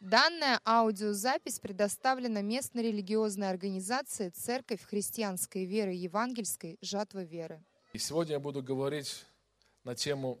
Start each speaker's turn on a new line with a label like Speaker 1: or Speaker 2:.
Speaker 1: Данная аудиозапись предоставлена местной религиозной организации «Церковь христианской веры евангельской. Жатва веры».
Speaker 2: И сегодня я буду говорить на тему